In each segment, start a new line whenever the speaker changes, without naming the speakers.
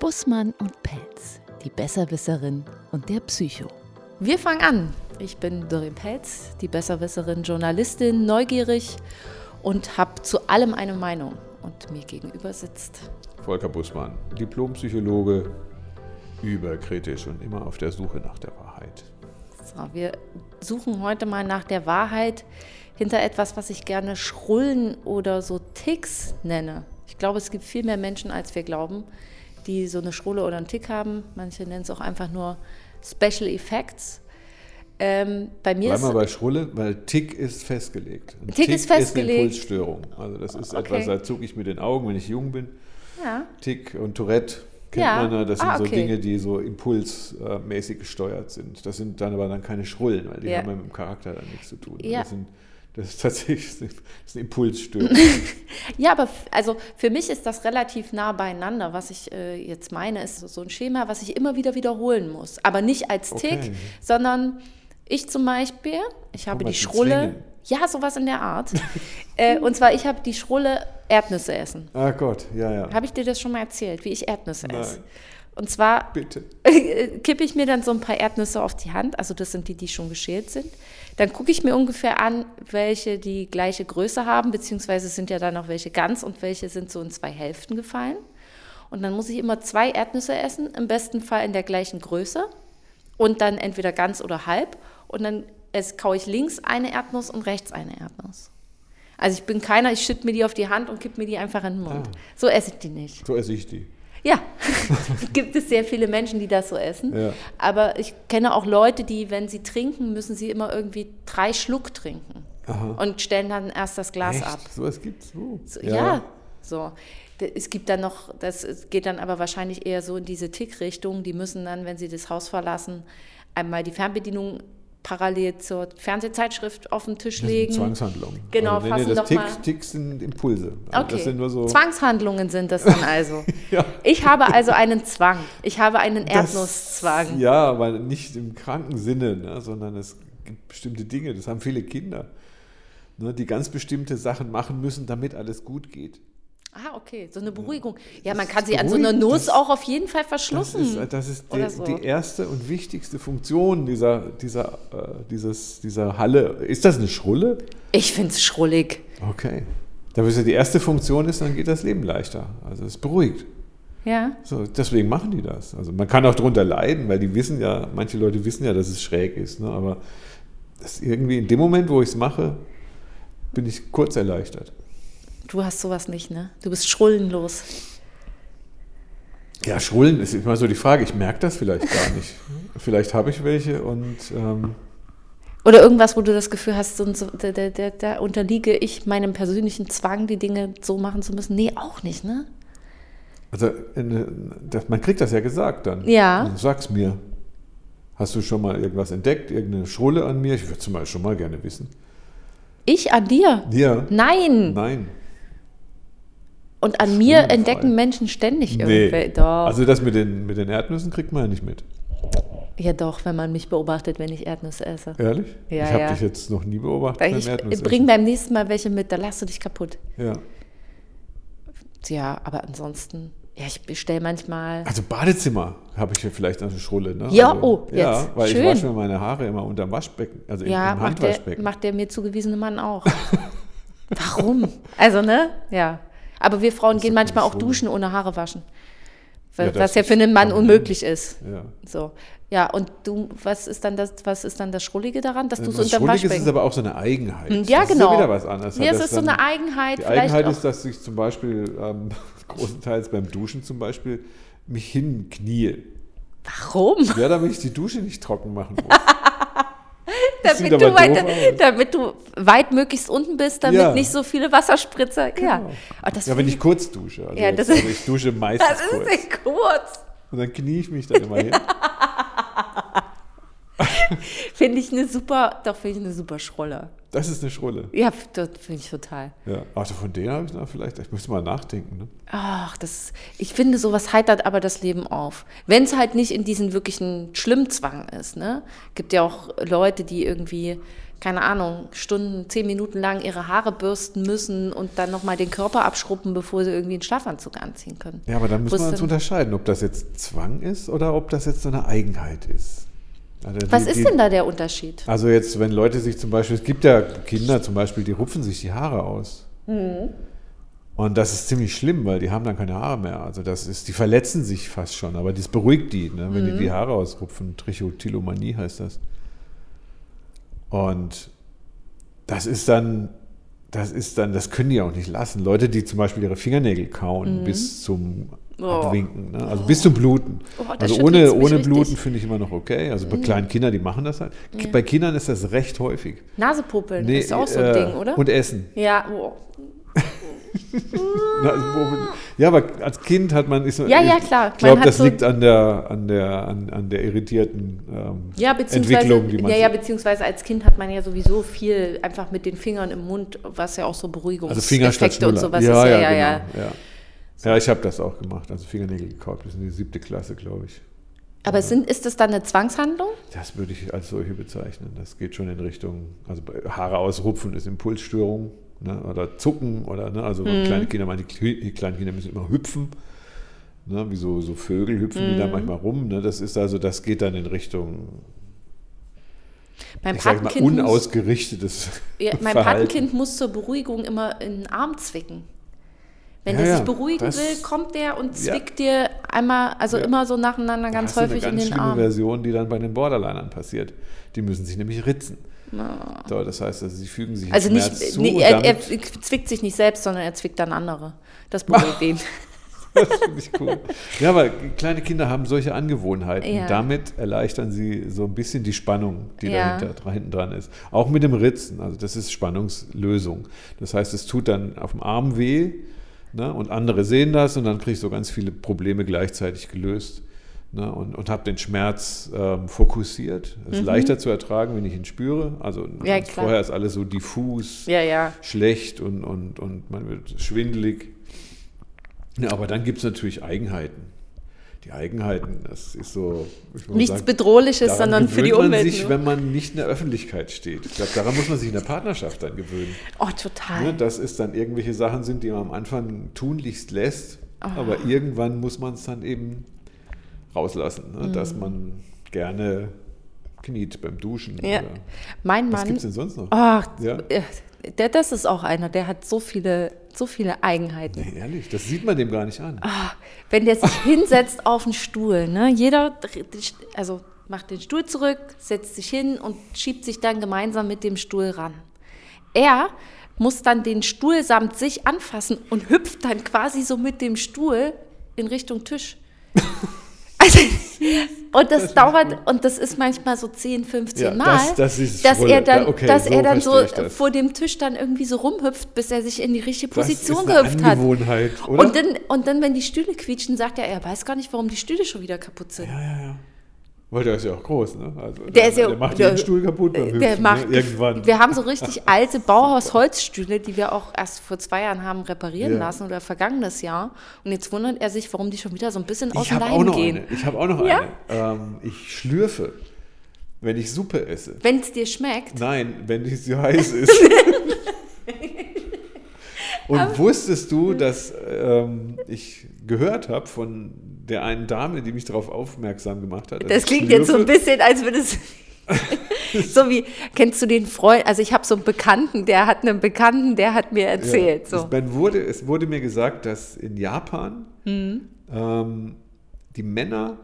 Bussmann und Pelz, die Besserwisserin und der Psycho.
Wir fangen an. Ich bin Doreen Pelz, die Besserwisserin, Journalistin, neugierig und habe zu allem eine Meinung. Und mir gegenüber sitzt
Volker Bussmann, Diplompsychologe, überkritisch und immer auf der Suche nach der Wahrheit.
So, wir suchen heute mal nach der Wahrheit hinter etwas, was ich gerne Schrullen oder so Ticks nenne. Ich glaube, es gibt viel mehr Menschen, als wir glauben, die so eine Schrulle oder einen Tick haben. Manche nennen es auch einfach nur Special Effects. Ähm, bei mir
Bleib
ist
mal bei Schrulle, weil Tick ist festgelegt. Ein
Tick ist festgelegt.
eine Impulsstörung. Also das ist
Okay.
etwas, da zucke ich mit den Augen, wenn ich jung bin.
ja,
Tick und Tourette kennt
Ja.
man ja. Das sind
Ah,
so
okay.
Dinge, die so impulsmäßig gesteuert sind. Das sind dann aber dann keine Schrullen, weil die
Ja.
haben ja mit dem Charakter dann nichts zu tun.
Ja.
Das, sind, das ist tatsächlich das ist eine Impulsstörung.
Ja, aber f- also für mich ist das relativ nah beieinander. Was ich äh, jetzt meine, ist so ein Schema, was ich immer wieder wiederholen muss. Aber nicht als Tick,
Okay.
sondern ich zum Beispiel, ich habe
mal
die
zum
Schrulle.
Zwingen.
Ja, sowas in der Art. äh, und zwar, ich habe die Schrulle Erdnüsse essen.
ah Gott, ja, ja.
Habe ich dir das schon mal erzählt, wie ich Erdnüsse
Nein.
esse? Und zwar
Bitte.
Äh, kippe ich mir dann so ein paar Erdnüsse auf die Hand, also das sind die, die schon geschält sind. Dann gucke ich mir ungefähr an, welche die gleiche Größe haben, beziehungsweise sind ja dann auch welche ganz und welche sind so in zwei Hälften gefallen. Und dann muss ich immer zwei Erdnüsse essen, im besten Fall in der gleichen Größe und dann entweder ganz oder halb. Und dann ess- kaue ich links eine Erdnuss und rechts eine Erdnuss. Also ich bin keiner, ich schütte mir die auf die Hand und kipp mir die einfach in den Mund.
Ah.
So esse ich die nicht.
So esse ich die.
Ja, gibt es sehr viele Menschen, die das so essen.
Ja.
Aber ich kenne auch Leute, die, wenn sie trinken, müssen sie immer irgendwie drei Schluck trinken und stellen dann erst das Glas ab.
So was gibt's. Oh.
So, ja. so. D- Es gibt dann noch, das es geht dann aber wahrscheinlich eher so in diese Tick-Richtung. Die müssen dann, wenn sie das Haus verlassen, einmal die Fernbedienung parallel zur Fernsehzeitschrift auf den Tisch
Das sind
legen.
Zwangshandlungen.
Genau,
Also, nee, nee,
fassen
das
doch
Tick,
mal-
Ticks sind Impulse. Also
Okay.
Das sind nur so.
Zwangshandlungen sind das dann also.
Ja.
Ich habe also einen Zwang. Ich habe einen
Das-
Erdnusszwang.
Ja, aber nicht im kranken Sinne, ne, sondern es gibt bestimmte Dinge, das haben viele Kinder, ne, die ganz bestimmte Sachen machen müssen, damit alles gut geht.
Ah, okay, so eine Beruhigung. Ja, man
ist
kann sie an so einer
beruhigend.
Nuss
Das-
auch auf jeden Fall
Das
verschlucken.
ist, das ist die,
Mhm. Oder so.
die erste und wichtigste Funktion dieser, dieser, äh, dieses, dieser Halle. Ist das eine Schrulle?
ich find's schrullig.
Okay. Da wenn es ja die erste Funktion ist, dann geht das Leben leichter. Also es beruhigt.
Ja.
So, deswegen machen die das. Also man kann auch darunter leiden, weil die wissen ja, manche Leute wissen ja, dass es schräg ist. Ne? Aber das irgendwie in dem Moment, wo ich es mache, bin ich kurz erleichtert.
Du hast sowas nicht, ne? Du bist schrullenlos.
Ja, Schrullen ist immer so die Frage. Ich merke das vielleicht gar nicht. vielleicht habe ich welche und ähm,
Oder irgendwas, wo du das Gefühl hast, so, und so, da, da, da, da unterliege ich meinem persönlichen Zwang, die Dinge so machen zu müssen. Nee, auch nicht, ne?
also eine, das, man kriegt das ja gesagt dann.
Ja.
Also, Sag's mir. Hast du schon mal irgendwas entdeckt, irgendeine Schrulle an mir? Ich würde es mal schon mal gerne wissen.
Ich an dir?
Ja.
Nein.
Nein.
Und an mir
Schlimm, vor
entdecken
allem.
Menschen ständig
Nee.
irgendwelche. Doch.
Also das mit den, mit den Erdnüssen kriegt man ja nicht mit.
ja, doch, wenn man mich beobachtet, wenn ich Erdnüsse esse.
Ehrlich?
Ja,
ich habe
ja.
dich jetzt noch nie beobachtet. beim
ich
Erdnussessen.
bring beim nächsten Mal welche mit, da lachst du dich kaputt.
ja.
Ja, aber ansonsten, ja, ich bestelle manchmal.
Also Badezimmer habe ich hier vielleicht eine Schrulle. Ne?
Ja,
also,
oh,
Ja,
jetzt.
weil
Schön.
ich wasche mir meine Haare immer unterm Waschbecken, also im-
Ja,
im
macht der,
Handwaschbecken.
macht der mir zugewiesene Mann auch. Warum? Also, ne? Ja. Aber wir Frauen gehen
ist
manchmal auch
komisch.
duschen ohne Haare waschen.
Ja,
Was
das
was ja
ist-
für einen Mann
kann man
unmöglich ist.
ja.
So. Ja, und du, was ist dann das, was ist dann das Schrullige daran, dass du es
Äh, Was
unter
Schrulliges ist
Waschbecken.
aber auch so eine Eigenheit.
ja,
das
genau.
Ist ja wieder was anderes.
Ja,
Hat
es
das
ist so
dann-
eine Eigenheit,
Die
vielleicht
Eigenheit
auch.
ist, dass ich zum Beispiel ähm, großenteils beim Duschen zum Beispiel mich hinknie.
Warum?
Ja, damit ich die Dusche nicht trocken machen muss. Das sieht
Damit du,
aber
weit,
doof aus.
damit du weit möglichst unten bist, damit
Ja.
nicht so viele Wasserspritzer. Ja.
Genau.
Oh, das
ja, wenn ich kurz dusche. Also,
Ja,
jetzt,
das
also
ist-
ich dusche meistens
das ist
kurz.
nicht kurz.
Und dann knie ich mich dann immer hin.
Finde ich eine super, doch finde ich eine super Schrolle.
Das ist eine Schrulle.
Ja, das finde ich total.
Ja. Ach, von denen habe ich noch vielleicht. Ich muss mal nachdenken. Ne?
Ach, das, ich finde, sowas heitert aber das Leben auf. Wenn es halt nicht in diesen wirklichen Schlimmzwang ist. Ne? Gibt ja auch Leute, die irgendwie, keine Ahnung, Stunden, zehn Minuten lang ihre Haare bürsten müssen und dann nochmal den Körper abschruppen, bevor sie irgendwie einen Schlafanzug anziehen können.
Ja, aber dann müssen wir uns
Wusste-
unterscheiden, ob das jetzt Zwang ist oder ob das jetzt so eine Eigenheit ist. Also die-
Was ist
die-
denn da der Unterschied?
Also jetzt, wenn Leute sich zum Beispiel, es gibt ja Kinder zum Beispiel, die rupfen sich die Haare aus.
Mhm.
Und das ist ziemlich schlimm, weil die haben dann keine Haare mehr. Also das ist, die verletzen sich fast schon, aber das beruhigt die, ne, wenn
Mhm.
die die Haare ausrupfen. Trichotillomanie heißt das. Und das ist dann, das ist dann, das können die auch nicht lassen. Leute, die zum Beispiel ihre Fingernägel kauen bis
Mhm.
zum
Oh.
Abwinken, ne? also bis zum Bluten.
Oh, da
also
schüttelt's mich
ohne, ohne
richtig. Mhm.
Bluten finde ich immer noch okay. Also bei kleinen Kindern, die machen das halt. Bei Kindern ist das recht häufig.
Nasepopeln
Nee,
ist auch so ein
äh,
Ding, oder?
Und Essen.
ja, oh.
Na, also, wo- Ja, aber als Kind hat man. Ist,
Ja, ja, klar.
Ich
Man
glaube,
hat
das
so-
liegt an der, an der, an, an der irritierten ähm,
ja, beziehungsweise,
Entwicklung, die man.
ja, ja, beziehungsweise als Kind hat man ja sowieso viel einfach mit den Fingern im Mund, was ja auch so
also Finger statt
Beruhigungseffekte
Schnuller.
und sowas
ja,
ist.
ja, ja, genau, ja. Ja, ich habe das auch gemacht. Also Fingernägel gekauft. Bis in die siebte Klasse, glaube ich.
Aber sind, ist das dann eine Zwangshandlung?
Das würde ich als solche bezeichnen. Das geht schon in Richtung, also bei Haare ausrupfen ist Impulsstörung ne? oder zucken oder, ne? also
Mhm.
kleine Kinder, meine Kle- die kleinen Kinder müssen immer hüpfen, ne? wie so, so Vögel hüpfen
Mhm.
die da manchmal rum. Ne? Das ist also, das geht dann in Richtung,
Mein
ich sage mal,
Patenkind muss,
unausgerichtetes
ja, mein
Verhalten.
Patenkind muss zur Beruhigung immer in den Arm zwicken. Wenn
Ja,
der
ja,
sich beruhigen
das-
will, kommt der und
Ja.
zwickt dir einmal, also
Ja.
immer so nacheinander
Da
ganz
hast du
häufig
eine ganz
in den
schlimme
Arm.
Version, die dann bei den Borderlinern passiert. Die müssen sich nämlich ritzen. So, das heißt, also sie fügen sich
Also
den
nicht,
Schmerz zu
nee,
und
er, er
damit-
zwickt sich nicht selbst, sondern er zwickt dann andere. Das beruhigt ihn.
Das finde ich cool. Ja, aber kleine Kinder haben solche Angewohnheiten.
Ja.
Damit erleichtern sie so ein bisschen die Spannung, die
Ja.
dahinter dra- hinten dran ist. Auch mit dem Ritzen. Also das ist Spannungslösung. Das heißt, es tut dann auf dem Arm weh ne? und andere sehen das und dann kriegst du ganz viele Probleme gleichzeitig gelöst. Ne, und, und habe den Schmerz ähm, fokussiert. Es ist leichter zu ertragen, wenn ich ihn spüre. Also
Mhm. Ja,
als
klar.
vorher ist alles so diffus
Ja, ja.
schlecht und, und, und man wird schwindelig. Ja, aber dann gibt es natürlich Eigenheiten. Die Eigenheiten, das ist so. ich würde
Nichts
sagen,
Bedrohliches,
daran
sondern für die
gewöhnt
Umwelt. ne?
Man sich,
nur.
wenn man nicht in der Öffentlichkeit steht. Ich glaube, daran muss man sich in der Partnerschaft dann gewöhnen.
oh, total.
Ne? Dass es dann irgendwelche Sachen sind, die man am Anfang tunlichst lässt,
Ah.
aber irgendwann muss man es dann eben rauslassen,
Mhm.
ne? dass man gerne kniet beim Duschen.
ja.
Oder
Mein
was
Mann.
gibt es denn sonst noch?
Ach,
Ja.
äh, der, das ist auch einer, der hat so viele, so viele Eigenheiten.
Nee, ehrlich, das sieht man dem gar nicht an.
Ah, wenn der sich hinsetzt auf den Stuhl, ne? Jeder also macht den Stuhl zurück, setzt sich hin und schiebt sich dann gemeinsam mit dem Stuhl ran. Er muss dann den Stuhl samt sich anfassen und hüpft dann quasi so mit dem Stuhl in Richtung Tisch. Also, und das dauert, und das ist manchmal so 10, 15
Ja,
Mal,
das- das ist
dass
Schrulle.
er dann,
Da- okay,
dass
so
er dann so
verstehe ich das.
vor dem Tisch dann irgendwie so rumhüpft, bis er sich in die richtige Position
das ist
gehüpft
eine
hat.
Angewohnheit, oder?
Und dann, und dann, wenn die Stühle quietschen, sagt er, er weiß gar nicht, warum die Stühle schon wieder kaputt sind.
ja, ja, ja. Weil der ist ja auch groß, ne? Also,
Der ist ja-
der macht
der-
den Stuhl kaputt beim
der
Hüpfen,
macht,
ne? irgendwann.
Wir haben so richtig alte Bauhaus-Holzstühle, die wir auch erst vor zwei Jahren haben reparieren
Ja.
lassen oder vergangenes Jahr. Und jetzt wundert er sich, warum die schon wieder so ein bisschen aus
ich
dem
habe auch
Leim
noch
gehen.
eine. Ich habe auch noch
Ja?
eine. Ähm, ich schlürfe, wenn ich Suppe esse.
Wenn es dir schmeckt,
Nein, wenn die so heiß ist. Und wusstest du, dass ähm, ich gehört habe von der einen Dame, die mich darauf aufmerksam gemacht hat? dass
das
ich
klingt jetzt so ein
schlürfe?
bisschen, als würde es. so wie, kennst du den Freund? Also, ich habe so einen Bekannten, der hat einen Bekannten, der hat mir erzählt.
Ja.
So.
Es, man wurde, es wurde mir gesagt, dass in Japan
Mhm.
ähm, die Männer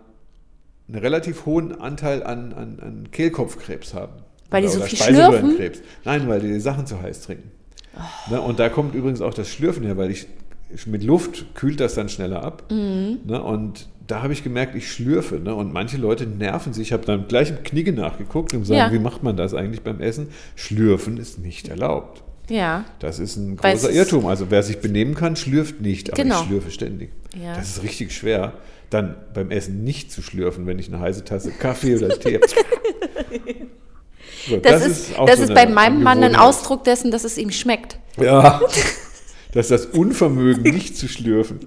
einen relativ hohen Anteil an, an, an Kehlkopfkrebs haben.
Weil die
Oder-
so
oder
viel
Speiseröhrenkrebs. Nein, weil die die Sachen zu heiß trinken.
Oh.
Ne, und da kommt übrigens auch das Schlürfen her, weil ich ich- mit Luft kühlt das dann schneller ab.
Mhm.
Ne, und da habe ich gemerkt, ich schlürfe. Ne? Und manche Leute nerven sich. Ich habe dann gleich im Kniege nachgeguckt und sagen,
Ja.
wie macht man das eigentlich beim Essen? Schlürfen ist nicht erlaubt.
Ja.
Das ist ein
Weil es
großer
ist-
Irrtum. Also wer sich benehmen kann, schlürft nicht, aber
Genau.
ich schlürfe ständig.
Ja.
Das ist richtig schwer, dann beim Essen nicht zu schlürfen, wenn ich eine heiße Tasse Kaffee oder Tee So,
Das, ist,
auch
das
so
ist
eine
bei meinem Mann ein
Angewohnheit.
Ausdruck dessen, dass es ihm schmeckt.
Ja. Das ist das Unvermögen, nicht zu schlürfen.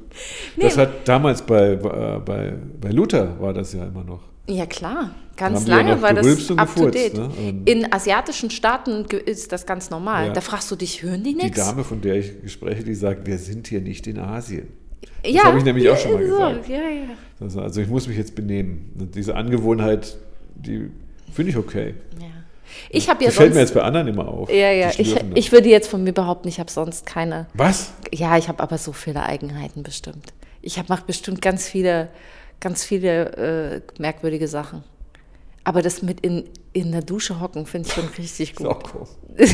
Das
Nee.
hat damals bei, äh, bei, bei Luther war das ja immer noch.
Ja klar, ganz
haben die ja
lange
noch
war das
gerülpst und
up to
gefurzt,
date.
ne? Und-
In asiatischen Staaten ge- ist das ganz normal.
Ja.
Da fragst du dich, hören die
Die
nichts?
Dame, von der ich spreche, die sagt, wir sind hier nicht in Asien.
Das
habe ich nämlich auch schon mal gesagt.
Ja, ja.
Das, also ich muss mich jetzt benehmen. Und diese Angewohnheit, die finde ich okay.
ja. Ich habe ja
Die fällt mir
sonst.
jetzt bei anderen immer auf.
Ja, ja.
Die
Ich,
schlürfen das.
ich würde jetzt von mir behaupten, ich habe sonst keine.
Was?
Ja, ich habe aber so viele Eigenheiten bestimmt. Ich habe mache bestimmt ganz viele, ganz viele äh, merkwürdige Sachen. Aber das mit in, in der Dusche hocken finde ich schon richtig
Ist
gut.
auch komisch.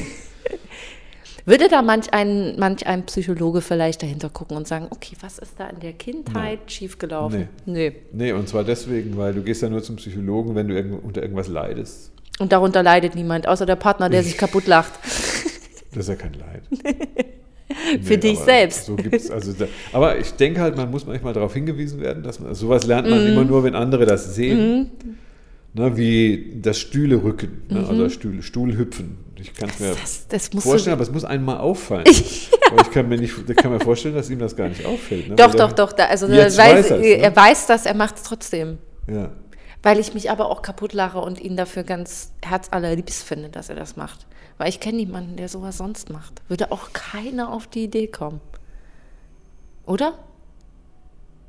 Würde da manch ein, manch ein Psychologe vielleicht dahinter gucken und sagen, okay, was ist da in der Kindheit schiefgelaufen? Nee.
Nee, und zwar deswegen, weil du gehst ja nur zum Psychologen, wenn du irgend, unter irgendwas leidest.
Und darunter leidet niemand, außer der Partner, der sich kaputt lacht.
Das ist ja kein Leid.
Für dich
aber
selbst.
So gibt's also da, aber ich denke halt, man muss manchmal darauf hingewiesen werden, dass man also sowas lernt
Mhm.
man immer nur, wenn andere das sehen. Ne, wie das Stühle rücken ne, oder Stühle, Stuhlhüpfen. Ich kann es mir
Mhm. Das, das musst du.
vorstellen, aber es muss einem mal auffallen. Aber ich kann mir, nicht, ich kann mir vorstellen, dass ihm das gar nicht auffällt. Ne?
Doch,
Weil er-
doch, doch. Da, also
Jetzt
er
weiß
weiß,
er's, ne?
er weiß das, er macht es trotzdem.
Ja.
Weil ich mich aber auch kaputt lache und ihn dafür ganz herzallerliebst finde, dass er das macht. Weil ich kenne niemanden, der sowas sonst macht. Würde auch keiner auf die Idee kommen. Oder?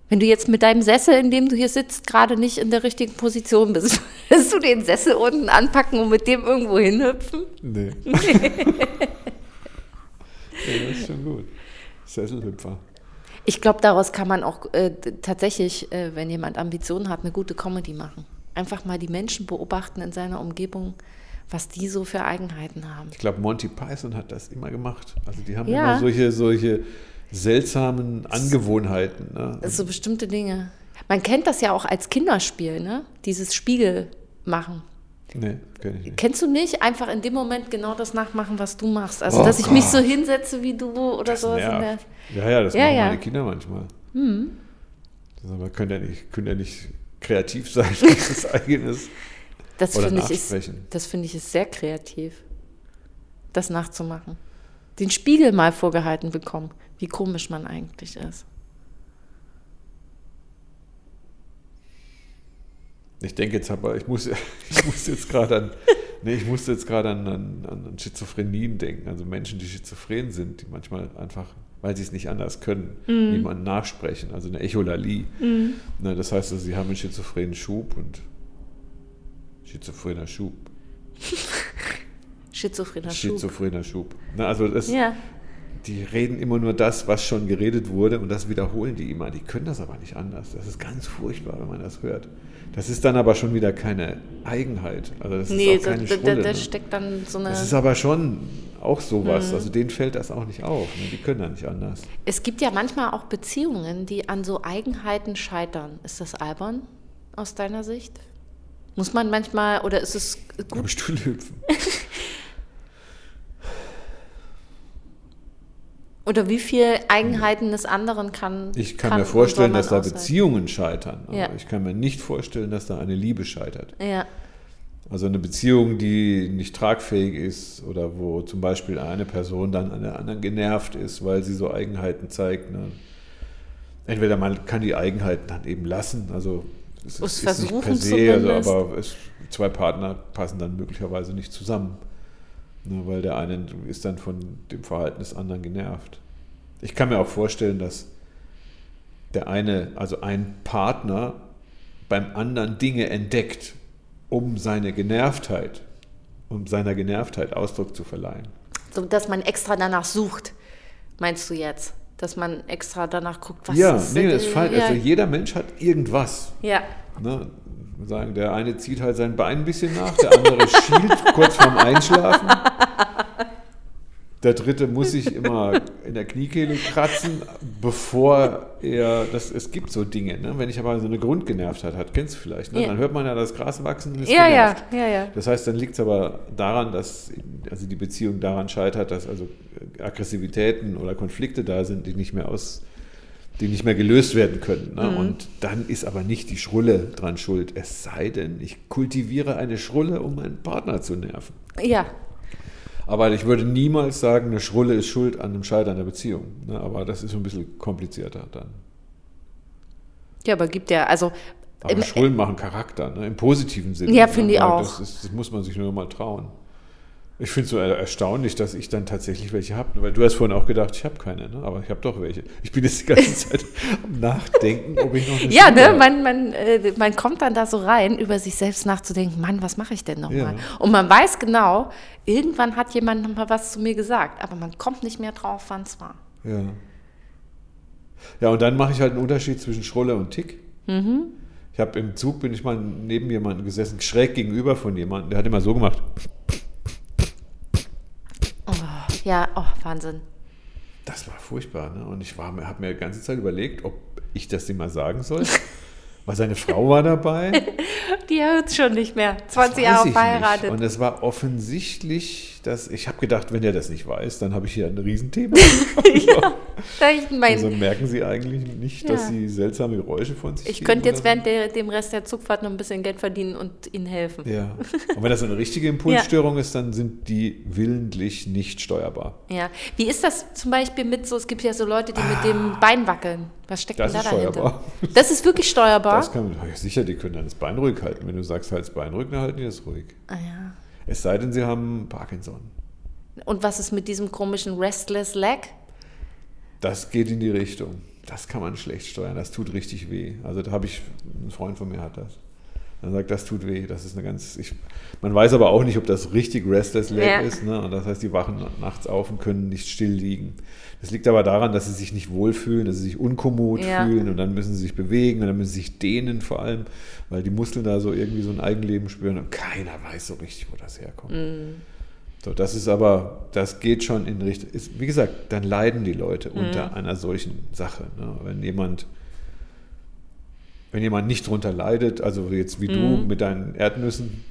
Wenn du jetzt mit deinem Sessel, in dem du hier sitzt, gerade nicht in der richtigen Position bist, würdest du den Sessel unten anpacken und mit dem irgendwo hinhüpfen?
Nee. ja, das ist schon gut. Sesselhüpfer.
Ich glaube, daraus kann man auch äh, t- tatsächlich, äh, wenn jemand Ambitionen hat, eine gute Comedy machen. Einfach mal die Menschen beobachten in seiner Umgebung, was die so für Eigenheiten haben.
Ich glaube, Monty Python hat das immer gemacht. Also die haben
Ja.
immer solche, solche seltsamen Angewohnheiten. Ne?
So bestimmte Dinge. Man kennt das ja auch als Kinderspiel, ne? Dieses Spiegel machen.
Nee, kenn ich nicht.
Kennst du nicht? Einfach in dem Moment genau das nachmachen, was du machst. Also,
Oh
dass ich mich
Gott.
so hinsetze wie du oder sowas. In der
Nervt. Ja, ja, das
Ja,
machen
ja. Hm.
meine Kinder manchmal. Das aber können ja nicht, können ja nicht kreativ sein, das ist eigenes.
das
Oder
finde ich, ist,
nachsprechen.
das finde ich ist sehr kreativ, das nachzumachen. Den Spiegel mal vorgehalten bekommen, wie komisch man eigentlich ist.
Ich denke jetzt aber, ich muss, ich muss jetzt gerade an, nee, ich musste jetzt gerade an, an, an Schizophrenien denken, also Menschen, die schizophren sind, die manchmal einfach, weil sie es nicht anders können,
Mhm.
jemanden nachsprechen, also eine Echolalie. Na, das heißt, also, sie haben einen schizophrenen Schub und schizophrener Schub,
Schizophrener Schub.
schizophrener Schub. Na, also das,
Ja.
die reden immer nur das, was schon geredet wurde und das wiederholen die immer. Die können das aber nicht anders. Das ist ganz furchtbar, wenn man das hört. Das ist dann aber schon wieder keine Eigenheit. Also das
Nee,
ist auch
da,
keine
da, da,
Schrulle,
da
ne?
steckt dann so eine. Mhm.
Das ist aber schon auch sowas. Also denen fällt das auch nicht auf. Ne? Die können da nicht anders.
Es gibt ja manchmal auch Beziehungen, die an so Eigenheiten scheitern. Ist das albern aus deiner Sicht? Muss man manchmal oder ist es
Am
gut?
Stuhl hüpfen.
Oder wie viel Eigenheiten des anderen kann?
Ich kann,
und
mir vorstellen,
soll man
dass da
aushalten?
Beziehungen scheitern. Aber
Ja.
ich kann mir nicht vorstellen, dass da eine Liebe scheitert.
Ja,
Also eine Beziehung, die nicht tragfähig ist oder wo zum Beispiel eine Person dann an der anderen genervt ist, weil sie so Eigenheiten zeigt. Ne? Entweder man kann die Eigenheiten dann eben lassen, also
Es
es, ist nicht per
versuchen
se, also,
zumindest.
aber es, zwei Partner passen dann möglicherweise nicht zusammen, ne? weil der eine ist dann von dem Verhalten des anderen genervt. Ich kann mir auch vorstellen, dass der eine, also ein Partner beim anderen Dinge entdeckt, um seine Genervtheit, um seiner Genervtheit Ausdruck zu verleihen.
so dass man extra danach sucht. Meinst du jetzt, dass man extra danach guckt, was
ja,
ist
nee,
denn-
es falsch.
Ja,
Also jeder Mensch hat irgendwas.
ja.
Ne? Wir Sagen, der eine zieht halt sein Bein ein bisschen nach, der andere schielt kurz vorm Einschlafen. Der dritte muss sich immer in der Kniekehle kratzen, bevor er. Das, es gibt so Dinge, ne? wenn ich aber so eine Grundgenervtheit hat, kennst du vielleicht, ne?
Ja.
dann hört man ja das Gras wachsen. und Ist
ja, ja,
genervt.
ja, ja.
Das heißt, dann liegt es aber daran, dass also die Beziehung daran scheitert, dass also Aggressivitäten oder Konflikte da sind, die nicht mehr aus, die nicht mehr gelöst werden können. Ne? Und dann ist aber nicht die Schrulle dran schuld, es sei denn, ich kultiviere eine Schrulle, um meinen Partner zu nerven.
Ja,
Aber ich würde niemals sagen, eine Schrulle ist schuld an einem Scheitern der Beziehung. Ne? Aber das ist so ein bisschen komplizierter dann.
ja, aber gibt ja, also
Aber
im-
Schrullen machen Charakter, ne? im positiven Sinne.
Ja, finde ich
Aber
auch.
Das, ist, das muss man sich nur noch mal trauen. Ich finde es so er- erstaunlich, dass ich dann tatsächlich welche habe. Weil du hast vorhin auch gedacht, ich habe keine, ne? aber ich habe doch welche. Ich bin jetzt die ganze Zeit am Nachdenken, ob ich noch eine
Ja,
Schrulle
ne,
habe.
man, man, äh, man kommt dann da so rein, über sich selbst nachzudenken, Mann, was mache ich denn nochmal?
Ja.
Und man weiß genau, irgendwann hat jemand nochmal was zu mir gesagt, aber man kommt nicht mehr drauf, wann es war.
Ja. Ja, und dann mache ich halt einen Unterschied zwischen Schrulle und Tick.
Mhm.
Ich habe im Zug, bin ich mal neben jemandem gesessen, schräg gegenüber von jemandem. Der hat immer so gemacht.
Ja, oh, Wahnsinn.
Das war furchtbar. Ne? Und ich habe mir die ganze Zeit überlegt, ob ich das dem mal sagen soll. Weil seine Frau war dabei.
Die hört schon nicht mehr.
Das
20
weiß
Jahre
ich
verheiratet.
Nicht. Und es war offensichtlich, dass ich habe gedacht, wenn er das nicht weiß, dann habe ich hier ein Riesenthema.
Da ich mein,
Also merken Sie eigentlich nicht, dass
Ja.
Sie seltsame Geräusche von sich
ich
geben
könnte jetzt
oder so?
während der, dem Rest der Zugfahrt noch ein bisschen Geld verdienen und ihnen helfen.
Ja. Und wenn das eine richtige Impulsstörung ist, dann sind die willentlich nicht steuerbar.
Ja. Wie ist das zum Beispiel mit so, es gibt ja so Leute, die mit dem Bein wackeln. Was steckt
Das
denn da
ist
dahinter?
steuerbar.
Das ist wirklich steuerbar.
Das kann man, ja, sicher, die können dann das Bein ruhig halten. Wenn du sagst, halt das Bein ruhig, dann halten die das ruhig.
ah, ja.
Es sei denn, sie haben Parkinson.
Und was ist mit diesem komischen Restless Leg?
Das geht in die Richtung. Das kann man schlecht steuern. Das tut richtig weh. Also da habe ich, ein Freund von mir hat das. Er sagt, das tut weh. Das ist eine ganz. Ich, man weiß aber auch nicht, ob das richtig restless leg
Ja.
ist. Ne? Und das heißt, die wachen nachts auf und können nicht still liegen. Das liegt aber daran, dass sie sich nicht wohlfühlen, dass sie sich unkommod
Ja.
fühlen und dann müssen sie sich bewegen und dann müssen sie sich dehnen vor allem, weil die Muskeln da so irgendwie so ein Eigenleben spüren und keiner weiß so richtig, wo das herkommt. So, das ist aber, das geht schon in Richtung. Ist, wie gesagt, dann leiden die Leute
Mhm.
unter einer solchen Sache. Ne? Wenn jemand, wenn jemand nicht drunter leidet, also jetzt wie du
Mhm.
mit deinen Erdnüssen,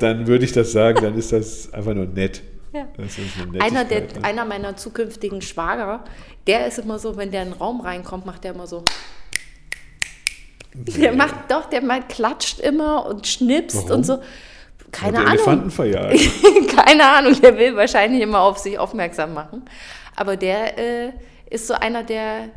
dann würde ich das sagen, dann ist das einfach nur nett.
Ja.
Das ist eine
Einer, der,
Nettigkeit, ne?
einer meiner zukünftigen Schwager, der ist immer so, wenn der in den Raum reinkommt, macht der immer so. Der
Nee.
macht doch, der mal klatscht immer und schnipst
Warum?
und so. Keine
Hat die
Ahnung.
Elefanten verjagt.
Keine Ahnung, der will wahrscheinlich immer auf sich aufmerksam machen. Aber der äh, ist so einer, der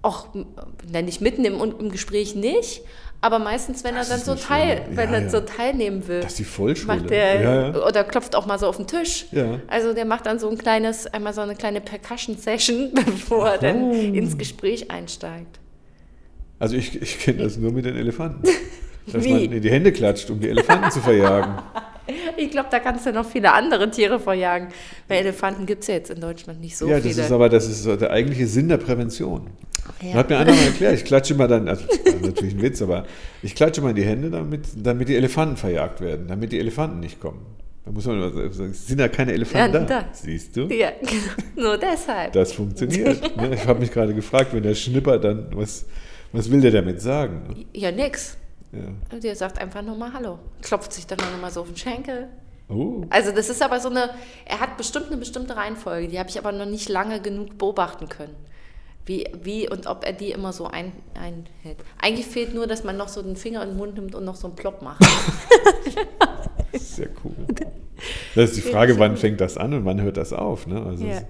auch, m- na nicht mitten im, im Gespräch nicht, aber meistens, wenn
Das
er dann
ist
so
eine
teil,
schöne-
wenn
ja,
er
ja.
so teilnehmen will.
Das ist die Vollschule.
macht der
ja, ja.
oder klopft auch mal so auf den Tisch.
Ja.
Also der macht dann so ein kleines, einmal so eine kleine Percussion-Session, bevor er
Oh.
dann ins Gespräch einsteigt.
Also ich, ich kenne das nur mit den Elefanten. Dass
Wie?
man in die Hände klatscht, um die Elefanten zu verjagen.
Ich glaube, da kannst du noch viele andere Tiere verjagen. Bei Elefanten gibt es ja jetzt in Deutschland nicht so
ja,
viele.
das ist aber das ist so der eigentliche Sinn der Prävention.
Ja.
Hat mir einer mal erklärt, ich klatsche mal dann, also das war natürlich ein Witz, aber ich klatsche mal in die Hände, damit, damit die Elefanten verjagt werden, damit die Elefanten nicht kommen. Da muss man immer sagen, es sind ja keine Elefanten
Ja,
da.
da.
Siehst du?
ja, genau. Nur deshalb.
Das funktioniert. ne? Ich habe mich gerade gefragt, wenn der Schnipper dann, was, was will der damit sagen?
Ja, nix.
Ja.
Der sagt einfach nur mal Hallo. Klopft sich dann nochmal so auf den Schenkel.
Oh.
Also das ist aber so eine, er hat bestimmt eine bestimmte Reihenfolge, die habe ich aber noch nicht lange genug beobachten können. Wie, wie und ob er die immer so ein, einhält. Eigentlich fehlt nur, dass man noch so den Finger in den Mund nimmt und noch so einen Plopp macht.
Sehr cool. Das ist die Frage, wann fängt das an und wann hört das auf? Ne? Also
Ja.
es-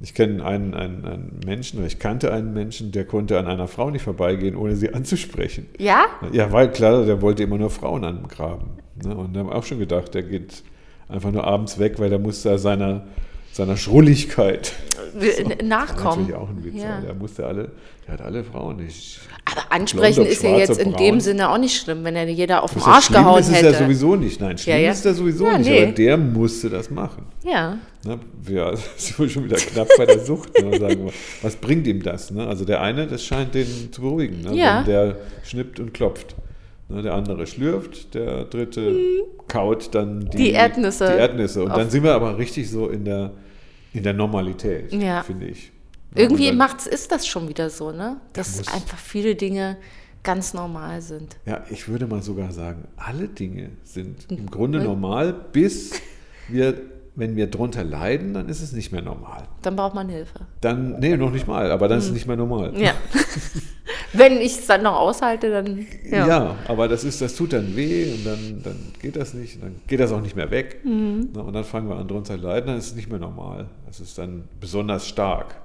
Ich kenne einen, einen, einen Menschen, oder ich kannte einen Menschen, der konnte an einer Frau nicht vorbeigehen, ohne sie anzusprechen.
Ja?
Ja, weil klar, der wollte immer nur Frauen angraben. Ne? Und da haben wir auch schon gedacht, der geht einfach nur abends weg, weil der muss da seiner, seiner Schrulligkeit
N- Nachkommen.
Natürlich auch ein Witz.
Ja.
aber Der musste alle, der hat alle Frauen nicht.
Aber ansprechen
Blonde,
ist ja
Genau, schwarze,
jetzt in
braun.
dem Sinne auch nicht schlimm, wenn er jeder auf den
Ist ja
Arsch
schlimm
gehauen
ist es
hätte.
ja sowieso nicht. Nein, schlimm
ja.
ist er sowieso
Ja,
nicht,
nee.
aber der musste das machen.
ja.
Ne? Wir sind wohl schon wieder knapp bei der Sucht. Ne? Sagen wir. Was bringt ihm das? Ne? Also der eine, das scheint den zu beruhigen. Ne?
Ja.
Wenn der schnippt und klopft. Ne? Der andere schlürft, der dritte kaut dann die,
Mhm. Die Erdnüsse.
Die Erdnüsse. Und
Auf-
dann sind wir aber richtig so in der, in der Normalität,
Ja.
finde ich. Ne? Und
Irgendwie
dann-
macht's, ist das schon wieder so, ne? Dass
muss-
einfach viele Dinge ganz normal sind.
Ja, ich
Mhm.
würde mal sogar sagen, alle Dinge sind im Grunde normal, bis wir wenn wir drunter leiden, dann ist es nicht mehr normal.
Dann braucht man Hilfe.
Dann, nee, noch nicht mal, aber dann ist es nicht mehr normal.
Mhm. Ja. Wenn ich es dann noch aushalte, dann.
Ja. aber das ist, das tut dann weh und dann, dann geht das nicht, und dann geht das auch nicht mehr weg. Na, und dann fangen wir an, drunter zu leiden, dann ist es nicht mehr normal. Das ist dann besonders stark.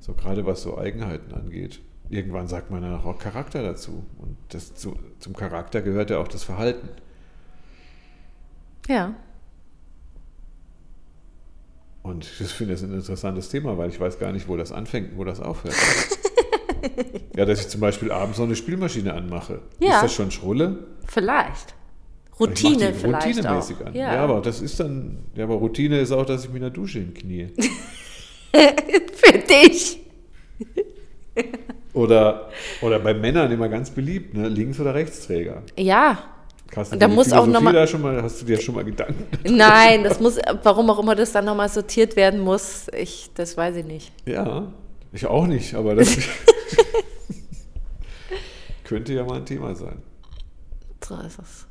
So gerade was so Eigenheiten angeht. Irgendwann sagt man dann auch Charakter dazu. Und das zu, zum Charakter gehört ja auch das Verhalten.
Ja.
Und ich finde das ein interessantes Thema, weil ich weiß gar nicht, wo das anfängt und wo das aufhört. ja, dass ich zum Beispiel abends noch eine Spielmaschine anmache.
Ja.
Ist das schon Schrulle?
Vielleicht.
Aber ich mach
Routine
die
vielleicht.
Routinemäßig
auch.
an. Ja.
Ja.
aber das ist dann, ja, aber Routine ist auch, dass ich mich in der Dusche hinknie.
Für dich.
Oder, oder bei Männern immer ganz beliebt, ne? Links- oder Rechtsträger.
Ja.
Hast
Und da
dir die
muss auch noch
Philosophie
mal-
da schon mal, hast du dir schon mal Gedanken?
Nein, das muss, warum auch immer das dann nochmal sortiert werden muss, ich, das weiß ich nicht.
Ja, ich auch nicht, aber das könnte ja mal ein Thema sein.
So ist es.